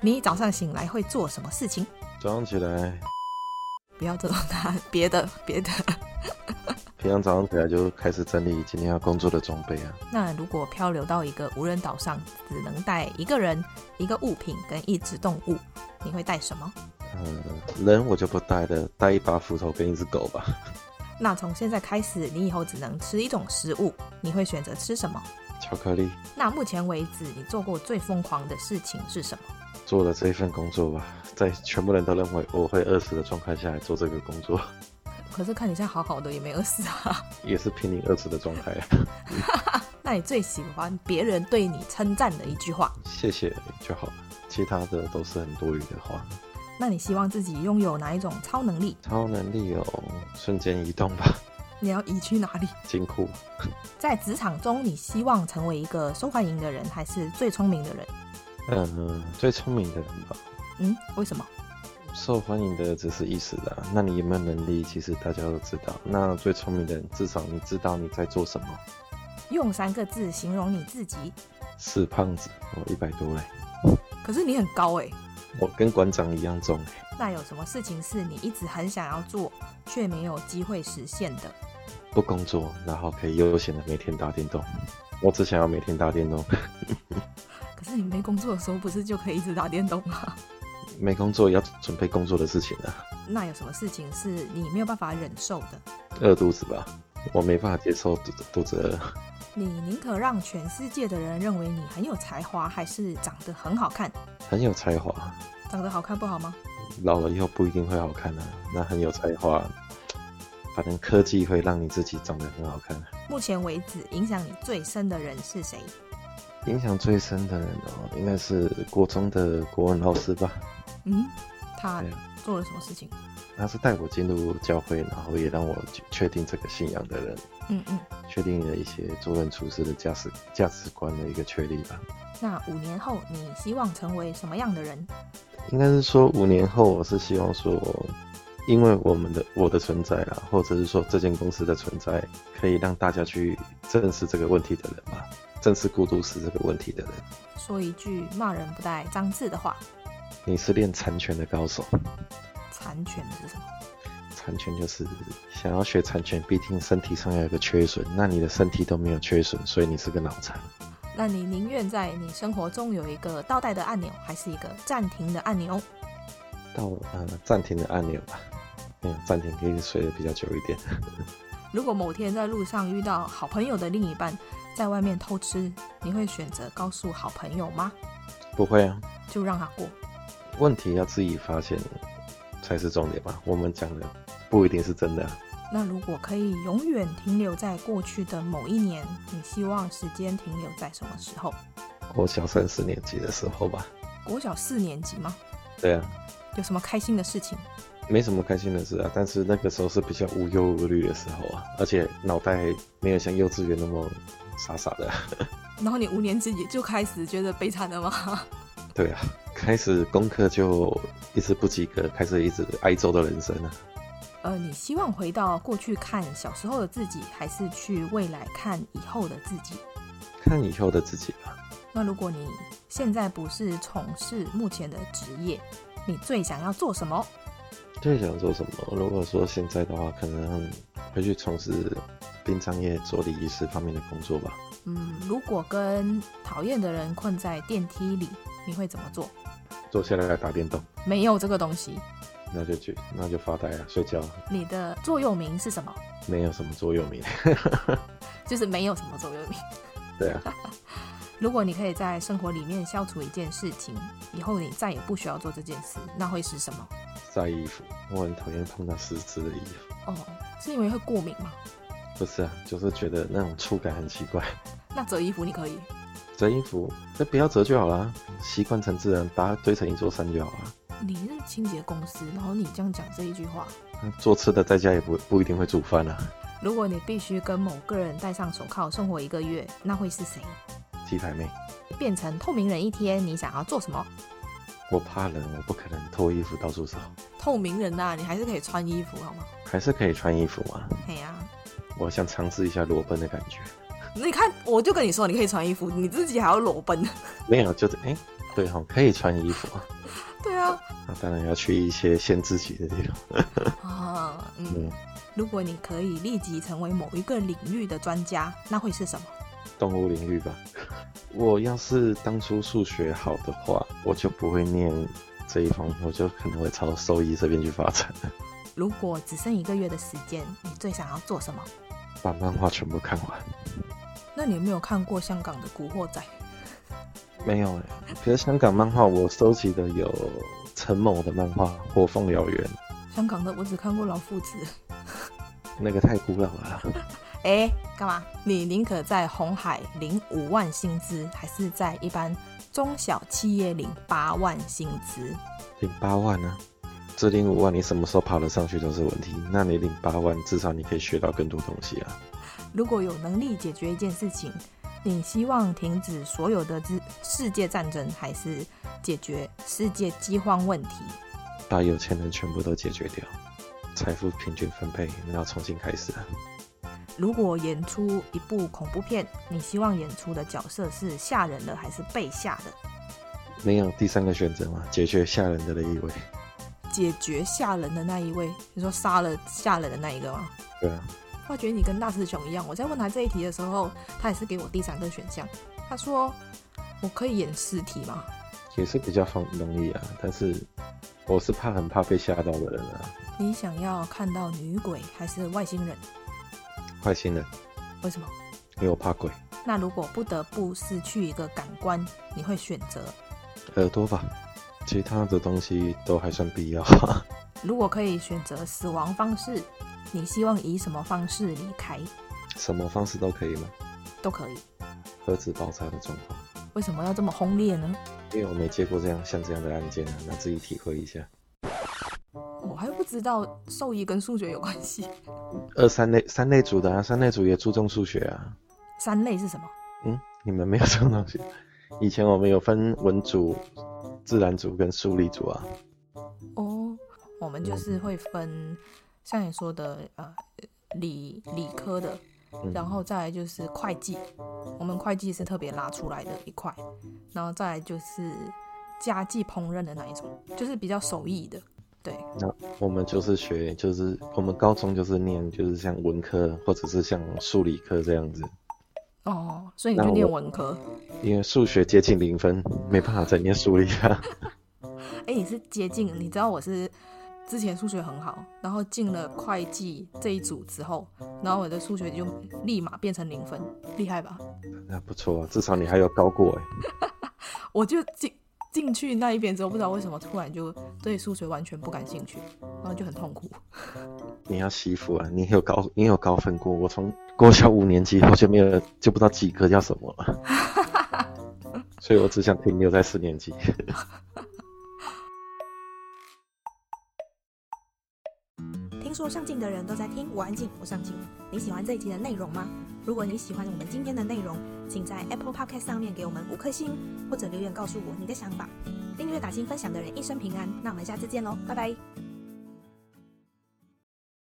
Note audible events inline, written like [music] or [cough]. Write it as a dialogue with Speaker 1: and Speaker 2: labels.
Speaker 1: 你早上醒来会做什么事情？
Speaker 2: 早上起来，
Speaker 1: 不要这种答，别的别的。
Speaker 2: 平常早上起来就开始整理今天要工作的装备啊。
Speaker 1: 那如果漂流到一个无人岛上，只能带一个人、一个物品跟一只动物，你会带什么？
Speaker 2: 嗯，人我就不带了，带一把斧头跟一只狗吧。
Speaker 1: 那从现在开始，你以后只能吃一种食物，你会选择吃什么？
Speaker 2: 巧克力，
Speaker 1: 那目前为止，你做过最疯狂的事情是什么？
Speaker 2: 做了这一份工作吧，在全部人都认为我会饿死的状态下来做这个工作， [laughs]
Speaker 1: 可是看你现在好好的，也没饿死啊。
Speaker 2: 也是濒临饿死的状态。啊
Speaker 1: 那你最喜欢别人对你称赞的一句话？
Speaker 2: 谢谢就好了，其他的都是很多余的话。
Speaker 1: 那你希望自己拥有哪一种超能力？
Speaker 2: 超能力哦，瞬间移动吧，
Speaker 1: 你要移去哪里？
Speaker 2: 金库
Speaker 1: 在职场中，你希望成为一个受欢迎的人，还是最聪明的人？
Speaker 2: 嗯，最聪明的人吧，
Speaker 1: 嗯，为什么？
Speaker 2: 受欢迎的只是一时的啊、那你有没有能力，其实大家都知道。那最聪明的人，至少你知道你在做什么。
Speaker 1: 用三个字形容你自己，
Speaker 2: 是胖子，我一百多嘞，
Speaker 1: 可是你很高哎、
Speaker 2: 我跟馆长一样重哎。
Speaker 1: 那有什么事情是你一直很想要做却没有机会实现的？
Speaker 2: 不工作，然后可以悠闲的每天打电动。我只想要每天打电动， [laughs]
Speaker 1: 可是你没工作的时候，不是就可以一直打电动吗？
Speaker 2: 没工作也要准备工作的事情啊。
Speaker 1: 那有什么事情是你没有办法忍受的？
Speaker 2: 饿肚子吧，我没办法接受肚子肚子饿。
Speaker 1: 你宁可让全世界的人认为你很有才华，还是长得很好看？
Speaker 2: 很有才华，
Speaker 1: 长得好看不好吗？
Speaker 2: 老了以后不一定会好看啊。那很有才华，反正科技会让你自己长得很好看。
Speaker 1: 目前为止，影响你最深的人是谁？
Speaker 2: 影响最深的人哦，应该是国中的国文老师吧。
Speaker 1: 嗯，他
Speaker 2: 对
Speaker 1: 做了什么事情？
Speaker 2: 他是带我进入教会，然后也让我确定这个信仰的人，
Speaker 1: 嗯嗯。
Speaker 2: 确定了一些做人处事的价值价值观的一个确立吧。
Speaker 1: 那五年后，你希望成为什么样的人？
Speaker 2: 应该是说五年后，我是希望说，因为我们的我的存在啦，或者是说这间公司的存在，可以让大家去正视这个问题的人吧，正视孤独死这个问题的人。
Speaker 1: 说一句骂人不带脏字的话。
Speaker 2: 你是练残拳的高手，
Speaker 1: 残拳是什么？
Speaker 2: 残拳就是想要学残拳，必定身体上要有个缺损，那你的身体都没有缺损，所以你是个脑残。
Speaker 1: 那你宁愿在你生活中有一个倒带的按钮，还是一个暂停的按钮？
Speaker 2: 到呃暂停的按钮吧，没有暂停可以睡得比较久一点。
Speaker 1: 如果某天在路上遇到好朋友的另一半在外面偷吃，你会选择告诉好朋友吗？
Speaker 2: 不会啊，
Speaker 1: 就让他过。
Speaker 2: 问题要自己发现才是重点吧。我们讲的不一定是真的啊、
Speaker 1: 那如果可以永远停留在过去的某一年，你希望时间停留在什么时候？
Speaker 2: 我小三四年级的时候吧。
Speaker 1: 国小四年级吗？
Speaker 2: 对啊，
Speaker 1: 有什么开心的事情？
Speaker 2: 没什么开心的事啊，但是那个时候是比较无忧无虑的时候啊，而且脑袋没有像幼稚园那么傻傻的啊。
Speaker 1: 然后你五年级就开始觉得悲惨了吗？
Speaker 2: 对啊，开始功课就一直不及格，开始一直挨揍的人生啊。
Speaker 1: [laughs] 呃，你希望回到过去看小时候的自己，还是去未来看以后的自己？
Speaker 2: 看以后的自己吧，
Speaker 1: 那如果你现在不是从事目前的职业，你最想要做什么？
Speaker 2: 最想做什么？如果说现在的话，可能会去从事殡葬业做礼仪师方面的工作吧。
Speaker 1: 嗯，如果跟讨厌的人困在电梯里，你会怎么做？
Speaker 2: 坐下来打电动，
Speaker 1: 没有这个东西。
Speaker 2: 那就去，那就发呆啊，睡觉啊，
Speaker 1: 你的座右铭是什么？
Speaker 2: 没有什么座右铭。
Speaker 1: 就是没有什么座右铭。
Speaker 2: [laughs] 对啊，
Speaker 1: 如果你可以在生活里面消除一件事情，以后你再也不需要做这件事，那会是什么？
Speaker 2: 晒衣服，我很讨厌碰到湿湿的衣服。
Speaker 1: 哦，是因为会过敏吗？
Speaker 2: 不是啊，就是觉得那种触感很奇怪。
Speaker 1: 那折衣服你可以，
Speaker 2: 折衣服，那不要折就好啦，习惯成自然，把它堆成一座山就好啦。
Speaker 1: 你是清洁公司，然后你这样讲这一句话，
Speaker 2: 那嗯做吃的在家也不不一定会煮饭啊，
Speaker 1: 如果你必须跟某个人戴上手铐生活一个月，那会是谁？
Speaker 2: 鸡排妹。
Speaker 1: 变成透明人一天，你想要做什么？
Speaker 2: 我怕冷，我不可能脱衣服到处走，
Speaker 1: 透明人呐、你还是可以穿衣服好吗？
Speaker 2: 还是可以穿衣服嘛。
Speaker 1: 哎呀、
Speaker 2: 我想尝试一下裸奔的感觉。
Speaker 1: 你看我就跟你说，你可以穿衣服，你自己还要裸奔。
Speaker 2: 没有，就是哎、对哈、可以穿衣服，
Speaker 1: [laughs] 对啊，
Speaker 2: 那当然要去一些限制级的地方。
Speaker 1: 啊，嗯
Speaker 2: 嗯，
Speaker 1: 如果你可以立即成为某一个领域的专家，那会是什么？
Speaker 2: 动物领域吧。我要是当初数学好的话，我就不会念这一方面，我就可能会朝兽医这边去发展。 [laughs]
Speaker 1: 如果只剩一个月的时间，你最想要做什么？
Speaker 2: 把漫画全部看完。
Speaker 1: 那你有没有看过香港的《古惑仔》？
Speaker 2: 没有哎、可是香港漫画我收集的有陈某的漫画《火凤燎原》，
Speaker 1: 香港的我只看过老夫子。
Speaker 2: 那个太古老了啦。
Speaker 1: 哎、干嘛？你宁可在红海领五万薪资，还是在一般中小企业领八万薪资？
Speaker 2: 领八万呢、只领五万，你什么时候爬得上去都是问题。那你领八万，至少你可以学到更多东西啊。
Speaker 1: 如果有能力解决一件事情，你希望停止所有的世世界战争，还是解决世界饥荒问题？
Speaker 2: 把有钱人全部都解决掉，财富平均分配，然后重新开始啊。
Speaker 1: 如果演出一部恐怖片，你希望演出的角色是吓人的还是被吓的？
Speaker 2: 没有第三个选择嘛，解决吓人的的意味。
Speaker 1: 解决吓人的那一位，你说杀了吓人的那一个吗？
Speaker 2: 对啊，
Speaker 1: 我觉得你跟大师兄一样，我在问他这一题的时候，他也是给我第三个选项。他说：“我可以演尸体吗
Speaker 2: 也是比较方容易啊，但是我是怕很怕被吓到的人啊，？”
Speaker 1: 你想要看到女鬼还是外星人？
Speaker 2: 外星人，
Speaker 1: 为什么？
Speaker 2: 因为我怕鬼。
Speaker 1: 那如果不得不失去一个感官，你会选择？
Speaker 2: 耳朵吧，其他的东西都还算必要。 [laughs]
Speaker 1: 如果可以选择死亡方式，你希望以什么方式离开？
Speaker 2: 什么方式都可以吗？
Speaker 1: 都可以。
Speaker 2: 核子爆炸的状况，
Speaker 1: 为什么要这么轰烈呢？
Speaker 2: 因为我没接过这样像这样的案件啊，那自己体会一下。
Speaker 1: 我还不知道兽医跟数学有关系。 [laughs]
Speaker 2: 二三类三类组的啊，三类组也注重数学啊。
Speaker 1: 三类是什么？
Speaker 2: 嗯，你们没有这种东西。 [laughs] 以前我们有分文组、自然组跟数理组啊。
Speaker 1: 哦，我们
Speaker 2: 嗯
Speaker 1: 就是会分，像你说的，呃，理理科的，
Speaker 2: 嗯
Speaker 1: 然后再来就是会计，我们会计是特别拉出来的一块，然后再来就是家计烹饪的那一种，就是比较手艺的，对，
Speaker 2: 我们就是学，就是我们高中就是念，就是像文科或者是像数理科这样子，
Speaker 1: 哦，所以你
Speaker 2: 那
Speaker 1: 就念
Speaker 2: 我
Speaker 1: 文科，
Speaker 2: 因为数学接近零分，没办法再念数理了。
Speaker 1: 哎，你是接近，你知道我是之前数学很好，然后进了会计这一组之后，然后我的数学就立马变成零分，厉害吧？
Speaker 2: 那不错、啊，至少你还有高过哎、
Speaker 1: 我就进进去那一边之后，不知道为什么突然就对数学完全不感兴趣，然后就很痛苦。
Speaker 2: 你要惜福啊，你有高，你有高分过。我从国小五年级我就没有，就不知道几科叫什么了，所以我只想停留在四年级。
Speaker 3: 听说上镜的人都在听，我安静，我上镜。你喜欢这一集的内容吗？如果你喜欢我们今天的内容，请在 Apple Podcast 上面给我们五颗星，或者留言告诉我你的想法。订阅、打新、分享的人一生平安。那我们下次见喽，拜拜。